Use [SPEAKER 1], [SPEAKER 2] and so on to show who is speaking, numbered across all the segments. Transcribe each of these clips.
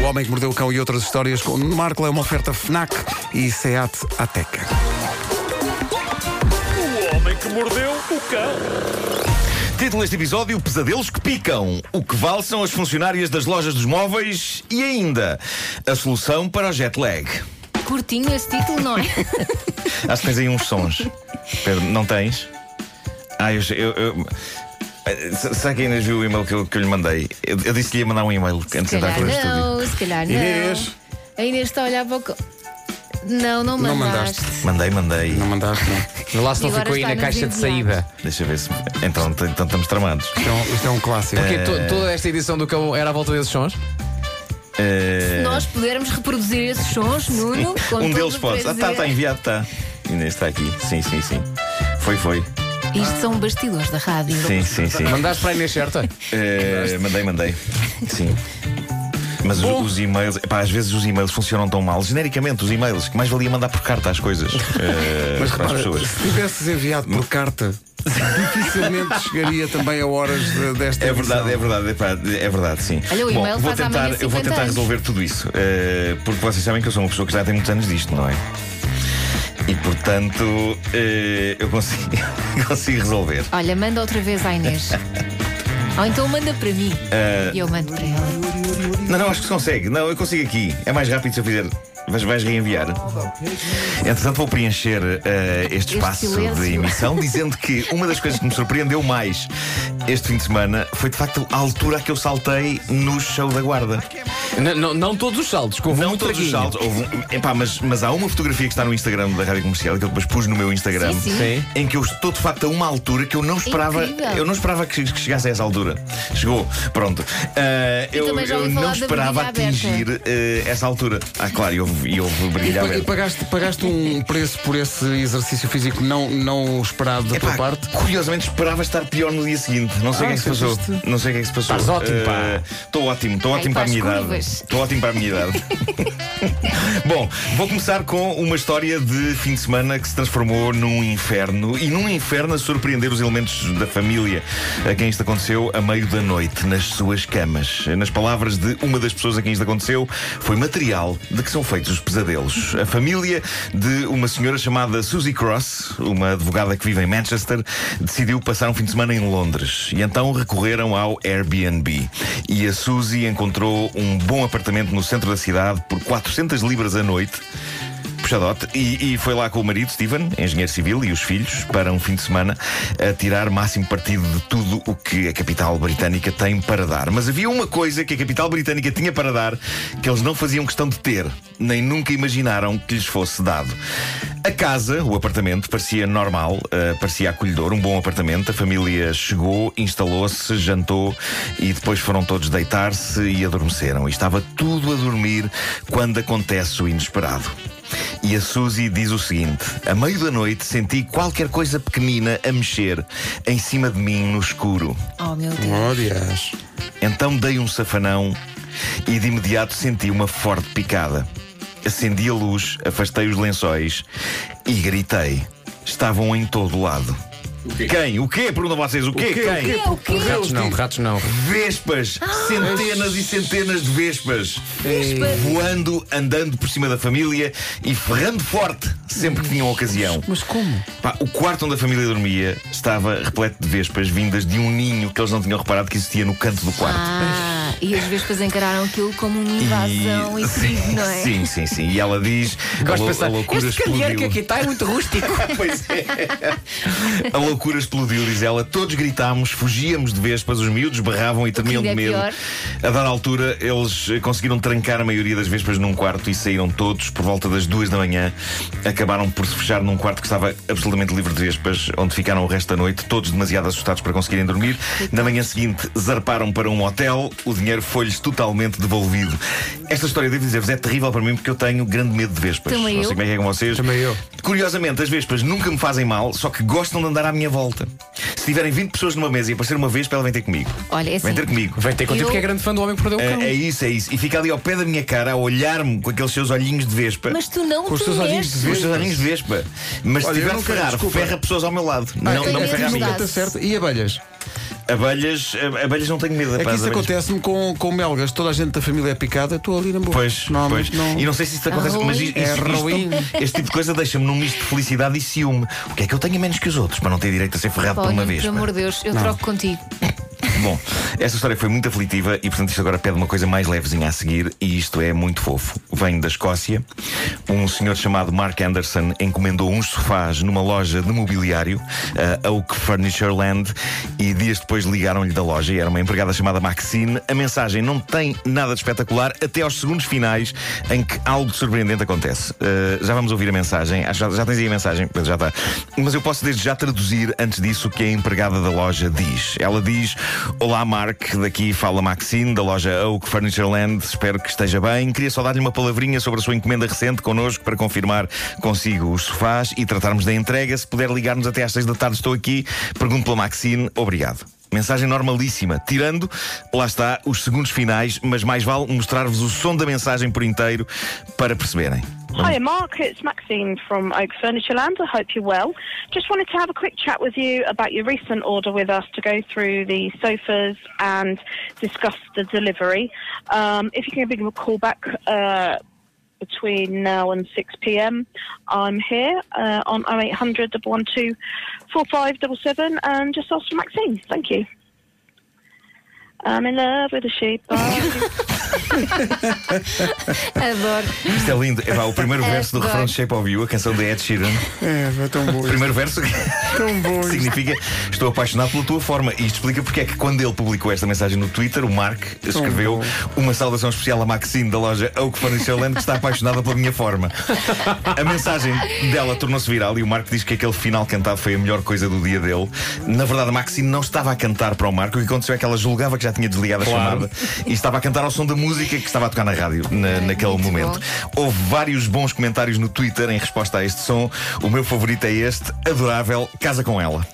[SPEAKER 1] O Homem que Mordeu o Cão e outras histórias com Marco é uma oferta FNAC e SEAT Ateca.
[SPEAKER 2] O homem que mordeu o cão.
[SPEAKER 3] Título deste episódio: Pesadelos que picam. O que vale são as funcionárias das lojas dos móveis e ainda a solução para o jet lag.
[SPEAKER 4] Curtinho esse título, não é?
[SPEAKER 3] Acho que tens aí uns sons. Pedro, não tens? Ah, eu. eu, eu... Eh, se- Será que a Inês viu o e-mail que eu, que eu lhe mandei? Eu, eu disse que lhe ia mandar um e-mail antes de
[SPEAKER 4] se
[SPEAKER 3] entrar
[SPEAKER 4] calhar
[SPEAKER 3] aqui no estúdio.
[SPEAKER 4] não, se calhar não.
[SPEAKER 1] Inês.
[SPEAKER 4] A Inês está a olhar para o. co- Não, não
[SPEAKER 1] Não
[SPEAKER 4] mandaste.
[SPEAKER 1] mandaste.
[SPEAKER 3] Mandei, mandei.
[SPEAKER 1] Não mandaste, não.
[SPEAKER 5] Vê lá se não
[SPEAKER 4] E agora
[SPEAKER 5] ficou aí
[SPEAKER 4] está
[SPEAKER 5] na
[SPEAKER 4] nos
[SPEAKER 5] caixa de
[SPEAKER 4] enviados.
[SPEAKER 5] saída.
[SPEAKER 3] Deixa eu ver se. Então, t- então estamos tramados.
[SPEAKER 1] Isto é um, isto é um clássico.
[SPEAKER 5] Porque to- toda esta edição do cão era à volta desses sons.
[SPEAKER 3] Eh,
[SPEAKER 4] Se nós pudermos reproduzir esses sons, Nuno, com
[SPEAKER 3] um
[SPEAKER 4] todo
[SPEAKER 3] deles
[SPEAKER 4] o
[SPEAKER 3] pode. Ah,
[SPEAKER 4] prazer.
[SPEAKER 3] está, está enviado, está. Inês está aqui. Sim, sim, sim. Foi, foi.
[SPEAKER 4] Isto são bastidores da rádio.
[SPEAKER 3] Sim, sim, sim.
[SPEAKER 5] Mandaste para a Inês certa?
[SPEAKER 3] Eh, mandei, mandei. Sim. Mas os, os e-mails, pá, às vezes os e-mails funcionam tão mal, genericamente os e-mails, que mais valia mandar por carta as coisas eh,
[SPEAKER 1] Mas
[SPEAKER 3] para as
[SPEAKER 1] repara,
[SPEAKER 3] pessoas.
[SPEAKER 1] se tivesses enviado por carta, dificilmente chegaria também a horas de- desta
[SPEAKER 3] É verdade, é
[SPEAKER 1] edição.
[SPEAKER 3] verdade, é, pá, é verdade, sim.
[SPEAKER 4] Olha, o
[SPEAKER 3] Bom,
[SPEAKER 4] e-mail
[SPEAKER 3] vou
[SPEAKER 4] faz
[SPEAKER 3] tentar,
[SPEAKER 4] amanhã
[SPEAKER 3] eu vou
[SPEAKER 4] 50
[SPEAKER 3] tentar
[SPEAKER 4] anos.
[SPEAKER 3] resolver tudo isso, eh, porque vocês sabem que eu sou uma pessoa que já tem muitos anos disto, não é? E portanto, eh, eu consigo, consigo resolver.
[SPEAKER 4] Olha, manda outra vez à Inês. Ou então manda para mim.
[SPEAKER 3] Eh,
[SPEAKER 4] E eu mando para ela.
[SPEAKER 3] Não, não, acho que se consegue. Não, eu consigo aqui. É mais rápido se eu fizer. Vais, vais reenviar. Entretanto, vou preencher eh, este espaço
[SPEAKER 4] silêncio.
[SPEAKER 3] de emissão dizendo que uma das coisas que me surpreendeu mais este fim de semana foi de facto a altura a que eu saltei no show da guarda.
[SPEAKER 5] N- não- Não todos os saltos, um que houve
[SPEAKER 3] Não
[SPEAKER 5] muito
[SPEAKER 3] todos os
[SPEAKER 5] traquinho.
[SPEAKER 3] saltos. Houve um- epá, mas, mas há uma fotografia que está no Instagram da Rádio Comercial, que eu depois pus no meu Instagram,
[SPEAKER 4] Sim, sim.
[SPEAKER 5] Sim.
[SPEAKER 3] em que eu estou de facto a uma altura que eu não esperava.
[SPEAKER 4] Incrível.
[SPEAKER 3] Eu não esperava que, que chegasse a essa altura. Chegou, pronto. Ah, eu
[SPEAKER 4] também já
[SPEAKER 3] eu
[SPEAKER 4] ouvi falar
[SPEAKER 3] não
[SPEAKER 4] da
[SPEAKER 3] esperava
[SPEAKER 4] Brigada Aberta.
[SPEAKER 3] atingir eh, essa altura. Ah, claro, e houve, e houve brilho
[SPEAKER 1] E
[SPEAKER 3] aberto.
[SPEAKER 1] pagaste, pagaste um preço por esse exercício físico não, não esperado da
[SPEAKER 3] Epá,
[SPEAKER 1] tua parte?
[SPEAKER 3] Curiosamente esperava estar pior no dia seguinte. Não sei o
[SPEAKER 1] Ah,
[SPEAKER 3] que é que se passou.
[SPEAKER 1] sentiste?
[SPEAKER 3] Não sei o que é que se passou.
[SPEAKER 5] Estás ótimo, pá.
[SPEAKER 3] Eh, Estou ótimo, estou
[SPEAKER 4] Ai,
[SPEAKER 3] ótimo
[SPEAKER 4] pá,
[SPEAKER 3] para a minha
[SPEAKER 4] as
[SPEAKER 3] idade.
[SPEAKER 4] curvas.
[SPEAKER 3] Estou ótimo para a minha idade. Bom, vou começar com uma história de fim de semana que se transformou num inferno e num inferno a surpreender os elementos da família a quem isto aconteceu a meio da noite, nas suas camas. Nas palavras de uma das pessoas a quem isto aconteceu, foi material de que são feitos os pesadelos. A família de uma senhora chamada Susie Cross, uma advogada que vive em Manchester, decidiu passar um fim de semana em Londres e então recorreram ao Airbnb. E a Susie encontrou um bom apartamento no centro da cidade por 400 libras a noite. Puxadote, e, e foi lá com o marido Steven, engenheiro civil, e os filhos para um fim de semana a tirar máximo partido de tudo o que a capital britânica tem para dar. Mas havia uma coisa que a capital britânica tinha para dar que eles não faziam questão de ter, nem nunca imaginaram que lhes fosse dado. A casa, o apartamento, parecia normal, eh, parecia acolhedor, um bom apartamento. A família chegou, instalou-se, jantou e depois foram todos deitar-se e adormeceram. E estava tudo a dormir quando acontece o inesperado. E a Suzy diz o seguinte: A meio da noite senti qualquer coisa pequenina a mexer em cima de mim no escuro.
[SPEAKER 4] Oh meu Deus.
[SPEAKER 1] Ódias.
[SPEAKER 3] Então dei um safanão e de imediato senti uma forte picada. Acendi a luz, afastei os lençóis e gritei. Estavam em todo lado. Quem? O quê? Perguntam vocês. O quê? Quem?
[SPEAKER 4] O quê?
[SPEAKER 5] Ratos não, ratos não.
[SPEAKER 3] Vespas, centenas e centenas de vespas voando, andando por cima da família e ferrando forte sempre que tinham ocasião.
[SPEAKER 1] Mas como?
[SPEAKER 3] Pá, o quarto onde a família dormia estava repleto de vespas vindas de um ninho que eles não tinham reparado que existia no canto do quarto.
[SPEAKER 4] Ah, e as vespas encararam aquilo como uma invasão e, tudo, não é?
[SPEAKER 3] sim, sim, sim. E ela diz: a, lou-
[SPEAKER 5] Gosto de
[SPEAKER 3] a
[SPEAKER 5] pensar.
[SPEAKER 3] loucura
[SPEAKER 5] Este candeeiro que
[SPEAKER 3] explodiu.
[SPEAKER 5] aqui está é muito rústico.
[SPEAKER 3] Pois é. A loucura explodiu, diz ela. Todos gritámos, fugíamos de vespas, os miúdos berravam e tremiam
[SPEAKER 4] ainda
[SPEAKER 3] de
[SPEAKER 4] é
[SPEAKER 3] medo.
[SPEAKER 4] pior.
[SPEAKER 3] A dada altura, eles eh, conseguiram trancar a maioria das vespas num quarto e saíram todos por volta das duas da manhã. Acabaram por se fechar num quarto que estava absolutamente livre de vespas, onde ficaram o resto da noite, todos demasiado assustados para conseguirem dormir. Na manhã seguinte, zarparam para um hotel, o dinheiro foi-lhes totalmente devolvido. Esta história, devo dizer-vos, é terrível para mim porque eu tenho grande medo de vespas.
[SPEAKER 4] Também
[SPEAKER 3] Não
[SPEAKER 4] eu.
[SPEAKER 3] sei como é que é com vocês.
[SPEAKER 1] Também eu.
[SPEAKER 3] Curiosamente, as vespas nunca me fazem mal, só que gostam de andar à minha volta. Se tiverem 20 pessoas numa mesa e aparecer uma vespa, ela vem ter comigo.
[SPEAKER 4] Olha, é assim.
[SPEAKER 3] Vem ter comigo.
[SPEAKER 5] Vem ter contigo
[SPEAKER 4] Eu-
[SPEAKER 5] porque é grande fã do homem que perdeu o
[SPEAKER 3] É,
[SPEAKER 5] cão.
[SPEAKER 3] é isso, é isso. E fica ali ao pé da minha cara a olhar-me com aqueles seus olhinhos de vespa.
[SPEAKER 4] Mas tu não
[SPEAKER 1] Com os
[SPEAKER 4] te
[SPEAKER 1] teus olhinhos
[SPEAKER 4] mexes.
[SPEAKER 1] de
[SPEAKER 3] Com os seus olhinhos de vespa.
[SPEAKER 1] Olha,
[SPEAKER 3] Mas se
[SPEAKER 1] eu
[SPEAKER 3] tiver
[SPEAKER 1] não
[SPEAKER 3] de
[SPEAKER 1] quero,
[SPEAKER 3] ferrar,
[SPEAKER 1] desculpa.
[SPEAKER 3] ferra pessoas ao meu lado. não
[SPEAKER 4] Ah, tenho
[SPEAKER 3] não
[SPEAKER 4] medo
[SPEAKER 3] ferra a
[SPEAKER 4] de
[SPEAKER 3] mim.
[SPEAKER 4] mudar.
[SPEAKER 1] Tá certo. E abelhas?
[SPEAKER 3] Abelhas, ab- abelhas não tenho medo.
[SPEAKER 1] É que
[SPEAKER 3] pá,
[SPEAKER 1] isso
[SPEAKER 3] as abelhas-
[SPEAKER 1] acontece-me com, com melgas. Toda a gente da família é picada, estou ali na boa.
[SPEAKER 3] Pois, pois.
[SPEAKER 1] Normalmente
[SPEAKER 3] E
[SPEAKER 1] Não...
[SPEAKER 3] não sei se isto acontece,
[SPEAKER 4] ruim.
[SPEAKER 3] mas isto,
[SPEAKER 1] É
[SPEAKER 3] isto- isto-
[SPEAKER 1] ruim.
[SPEAKER 3] este tipo de coisa deixa-me num misto de felicidade e ciúme. O que é que eu tenho menos que os outros para não ter direito a ser ferrado por
[SPEAKER 4] Olha,
[SPEAKER 3] uma vez?
[SPEAKER 4] pelo
[SPEAKER 3] pá?
[SPEAKER 4] amor de Deus, eu troco contigo.
[SPEAKER 3] Bom, esta história foi muito aflitiva e, portanto, isto agora pede uma coisa mais levezinha a seguir, e isto é muito fofo. Venho da Escócia. Um senhor chamado Mark Anderson encomendou uns sofás numa loja de mobiliário, eh, a Oak Furniture Land, e dias depois ligaram-lhe da loja e era uma empregada chamada Maxine. A mensagem não tem nada de espetacular até aos segundos finais em que algo surpreendente acontece. Uh, já vamos ouvir a mensagem. Acho que já, já tens aí a mensagem, Pedro, já está. Mas eu posso desde já traduzir antes disso o que a empregada da loja diz. Ela diz: Olá, Mark, daqui fala Maxine, da loja Oak Furniture Land. Espero que esteja bem. Queria só dar-lhe uma palavrinha sobre a sua encomenda recente connosco para confirmar consigo os sofás e tratarmos da entrega. Se puder ligar-nos até às seis da tarde, estou aqui. Pergunto pela Maxine. Obrigado. Mensagem normalíssima, tirando, lá está, os segundos finais, mas mais vale mostrar-vos o som da mensagem por inteiro para perceberem.
[SPEAKER 6] Hi, Mark. It's Maxine from Oak Furniture Land. I hope you're well. Just wanted to have a quick chat with you about your recent order with us to go through the sofas and discuss the delivery. Um, if you can give me a call back uh, between now and 6 pm, I'm here uh, on 0800 112 4577 and just ask for Maxine. Thank you. I'm in love with a sheep.
[SPEAKER 4] Adoro.
[SPEAKER 3] Isto é lindo. É pá, o primeiro verso do
[SPEAKER 4] Adoro.
[SPEAKER 3] refrão de Shape of You, a canção de Ed Sheeran.
[SPEAKER 1] É, é tão bom.
[SPEAKER 3] O
[SPEAKER 1] isto.
[SPEAKER 3] primeiro verso que
[SPEAKER 1] tão bom. isto.
[SPEAKER 3] significa Estou apaixonado pela tua forma. E isto explica porque é que quando ele publicou esta mensagem no Twitter, o Mark escreveu uma saudação especial a Maxine da loja Oak Furniture Land que está apaixonada pela minha forma. A mensagem dela tornou-se viral e o Mark diz que aquele final cantado foi a melhor coisa do dia dele. Na verdade, a Maxine não estava a cantar para o Marco. O que aconteceu é que ela julgava que já tinha desligado a chamada e estava a cantar ao som da música que estava a tocar na rádio na- naquele
[SPEAKER 4] muito
[SPEAKER 3] momento. Houve vários bons comentários no Twitter em resposta a este som. O meu favorito é este, adorável, casa com ela.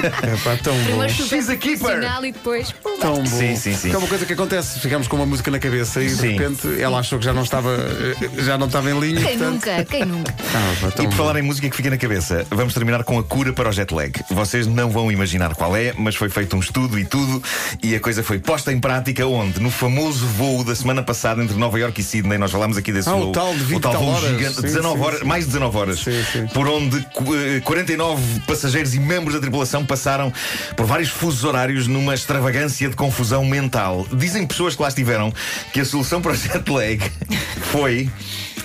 [SPEAKER 1] É pá, tão bom.
[SPEAKER 4] Primeiro
[SPEAKER 3] She's
[SPEAKER 4] super
[SPEAKER 3] a keeper.
[SPEAKER 4] profissional e depois. pum,
[SPEAKER 1] Tão bom.
[SPEAKER 3] Sim, sim, sim.
[SPEAKER 1] Que é uma coisa que acontece. Ficamos com uma música na cabeça e
[SPEAKER 3] Sim.
[SPEAKER 1] de repente ela achou que já não estava, eh, já não estava em linha.
[SPEAKER 4] Quem
[SPEAKER 1] portanto-
[SPEAKER 4] nunca? Quem nunca?
[SPEAKER 1] Ah, pá, tão
[SPEAKER 3] E
[SPEAKER 1] bom.
[SPEAKER 3] por falar em música que fica na cabeça, vamos terminar com a cura para o jet lag. Vocês não vão imaginar qual é, mas foi feito um estudo e tudo, e a coisa foi posta em prática onde, no famoso voo da semana passada entre Nova York e Sydney, nós falámos aqui desse
[SPEAKER 1] Ah, o
[SPEAKER 3] voo,
[SPEAKER 1] tal de 20
[SPEAKER 3] o tal voo
[SPEAKER 1] horas.
[SPEAKER 3] gigante,
[SPEAKER 1] Sim,
[SPEAKER 3] 19
[SPEAKER 1] sim,
[SPEAKER 3] horas,
[SPEAKER 1] sim.
[SPEAKER 3] mais de 19 horas,
[SPEAKER 1] Sim, sim.
[SPEAKER 3] por onde cu- eh, 49 passageiros e membros da tripulação passaram por vários fusos horários numa extravagância de confusão mental. Dizem pessoas que lá estiveram que a solução para o jet lag foi.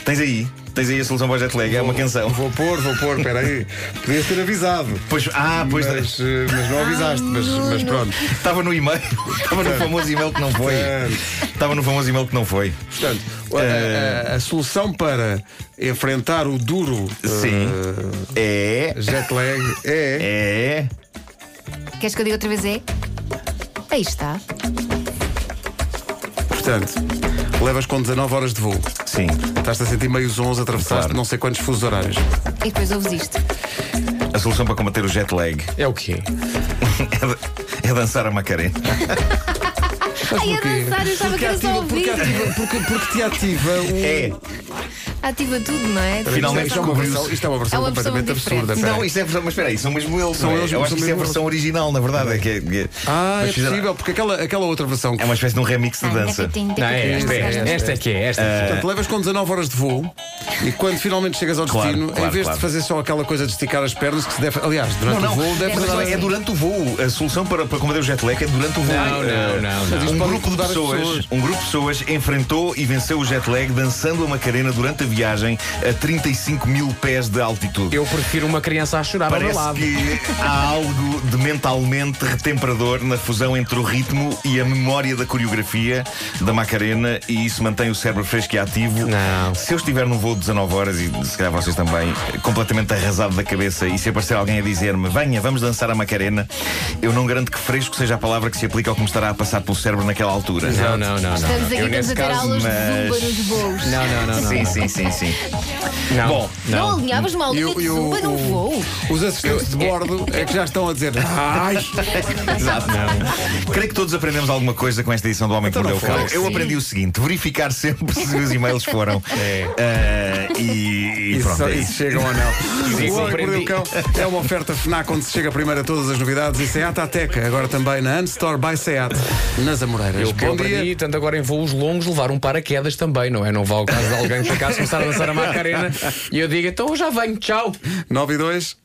[SPEAKER 3] Tens aí. Tens aí a solução para o jet lag, é uma canção.
[SPEAKER 1] Vou pôr, vou pôr, peraí. Podias ter avisado.
[SPEAKER 3] Pois, ah, pois
[SPEAKER 1] mas, eh, mas Ah, não avisaste, mas, mas pronto.
[SPEAKER 3] estava no e-mail, estava no famoso e-mail que não foi. Estava no famoso e-mail que não foi.
[SPEAKER 1] Portanto, a- a, a- a solução para enfrentar o duro eh,
[SPEAKER 3] Sim. É.
[SPEAKER 1] jet lag é.
[SPEAKER 3] É.
[SPEAKER 4] Queres que eu diga outra vez? É? Aí está.
[SPEAKER 1] Portanto, levas com 19 horas de voo.
[SPEAKER 3] Sim.
[SPEAKER 1] Estás-te a sentir meio zonzo, atravessaste
[SPEAKER 3] Claro.
[SPEAKER 1] não sei quantos fusos horários.
[SPEAKER 4] E depois ouves isto.
[SPEAKER 3] A solução para combater o jet lag
[SPEAKER 5] É o quê?
[SPEAKER 3] é, da- é dançar a Macarena.
[SPEAKER 1] Sabes
[SPEAKER 4] Ai, a
[SPEAKER 1] porquê?
[SPEAKER 4] dançar, eu estava que era só
[SPEAKER 1] porque, é
[SPEAKER 4] ouvir.
[SPEAKER 1] ativa, porque, porque te ativa um.
[SPEAKER 3] É.
[SPEAKER 4] Ativa tudo, não é?
[SPEAKER 3] Finalmente
[SPEAKER 1] isto é uma
[SPEAKER 3] descobriu-se.
[SPEAKER 1] versão, isto é uma versão
[SPEAKER 4] É uma versão
[SPEAKER 1] completamente
[SPEAKER 4] diferente.
[SPEAKER 1] absurda. peraí.
[SPEAKER 3] Não, isso é versão, mas espera aí, são mesmo eles.
[SPEAKER 1] Tá São
[SPEAKER 3] não é?
[SPEAKER 1] eles,
[SPEAKER 3] Eu
[SPEAKER 1] mas
[SPEAKER 3] acho
[SPEAKER 1] são
[SPEAKER 3] que isso é a
[SPEAKER 1] mesmo
[SPEAKER 3] versão original, na verdade. É que, é-
[SPEAKER 1] ah,
[SPEAKER 3] mas
[SPEAKER 1] é
[SPEAKER 3] fizeram-
[SPEAKER 1] possível, porque aquela, aquela outra versão.
[SPEAKER 3] É uma espécie de um remix
[SPEAKER 4] Ah,
[SPEAKER 3] de dança.
[SPEAKER 5] Não, é esta, é esta. Esta é que é, esta é que é.
[SPEAKER 1] Portanto, levas com 19 horas de voo e quando finalmente chegas ao
[SPEAKER 3] Claro,
[SPEAKER 1] destino,
[SPEAKER 3] claro,
[SPEAKER 1] em vez
[SPEAKER 3] claro.
[SPEAKER 1] de fazer só aquela coisa de esticar as pernas, que se deve. Aliás, durante
[SPEAKER 3] Não, não,
[SPEAKER 1] o voo deve
[SPEAKER 3] mas
[SPEAKER 1] fazer
[SPEAKER 3] não,
[SPEAKER 1] assim.
[SPEAKER 3] é durante o voo. A solução para, para combater o jet lag é durante o voo.
[SPEAKER 5] Não,
[SPEAKER 3] Eh,
[SPEAKER 5] não, não, não.
[SPEAKER 1] isto pode
[SPEAKER 3] Um grupo de
[SPEAKER 1] incomodar as
[SPEAKER 3] pessoas,
[SPEAKER 1] pessoas.
[SPEAKER 3] um grupo de pessoas enfrentou e venceu o jet lag dançando a Macarena durante a viagem a 35 mil pés de altitude.
[SPEAKER 5] Eu prefiro uma criança a chorar ao meu
[SPEAKER 3] Ah. Parece
[SPEAKER 5] lado.
[SPEAKER 3] que há algo de mentalmente retemperador na fusão entre o ritmo e a memória da coreografia da Macarena e isso mantém o cérebro fresco e ativo.
[SPEAKER 5] Não.
[SPEAKER 3] Se eu estiver num voo de 19 horas e se calhar vocês também, completamente arrasado da cabeça e se aparecer alguém a dizer-me venha, vamos dançar a Macarena, eu não garanto que fresco seja a palavra que se aplica ao que me estará a passar pelo cérebro naquela altura.
[SPEAKER 5] Não, não, não, não.
[SPEAKER 4] Estamos aqui,
[SPEAKER 5] Eu,
[SPEAKER 4] estamos
[SPEAKER 5] nesse
[SPEAKER 4] a ter
[SPEAKER 5] caso,
[SPEAKER 4] aulas de
[SPEAKER 3] mas-
[SPEAKER 4] zumba nos voos.
[SPEAKER 5] Não, não, não, não.
[SPEAKER 3] Sim,
[SPEAKER 5] não.
[SPEAKER 3] sim, sim, sim.
[SPEAKER 5] Não,
[SPEAKER 3] Bom,
[SPEAKER 4] Não,
[SPEAKER 5] não.
[SPEAKER 4] alinhavas uma
[SPEAKER 1] E
[SPEAKER 4] altura
[SPEAKER 1] o-
[SPEAKER 4] de
[SPEAKER 1] e o-
[SPEAKER 4] zumba num
[SPEAKER 1] o-
[SPEAKER 4] um voo.
[SPEAKER 1] Os assistentes de bordo é que já estão a dizer. Ai,
[SPEAKER 3] Exato. Creio que todos aprendemos alguma coisa com esta edição do Homem que
[SPEAKER 1] Então
[SPEAKER 3] Mordeu o
[SPEAKER 1] não foi.
[SPEAKER 3] Cão. Eu aprendi o seguinte: verificar sempre se os e-mails foram Eh, e, e
[SPEAKER 1] É. Isso,
[SPEAKER 3] pronto,
[SPEAKER 1] só-
[SPEAKER 3] é
[SPEAKER 1] isso
[SPEAKER 3] isso.
[SPEAKER 1] chegam ou não.
[SPEAKER 5] Isso
[SPEAKER 1] o Homem que Mordeu o
[SPEAKER 5] aprendi.
[SPEAKER 1] Cão é uma oferta FNAC onde se chega primeiro a todas as novidades e Seat Ateca, agora também na Unstore by Seat, nas Amoreiras.
[SPEAKER 5] Eu que
[SPEAKER 1] Bom
[SPEAKER 5] aprendi,
[SPEAKER 1] dia.
[SPEAKER 5] tanto agora em voos longos, levar um paraquedas também, não é? Não vá ao caso de alguém que por acaso começar a dançar a Macarena e eu digo, então eu já venho, tchau.
[SPEAKER 1] 9 e 2.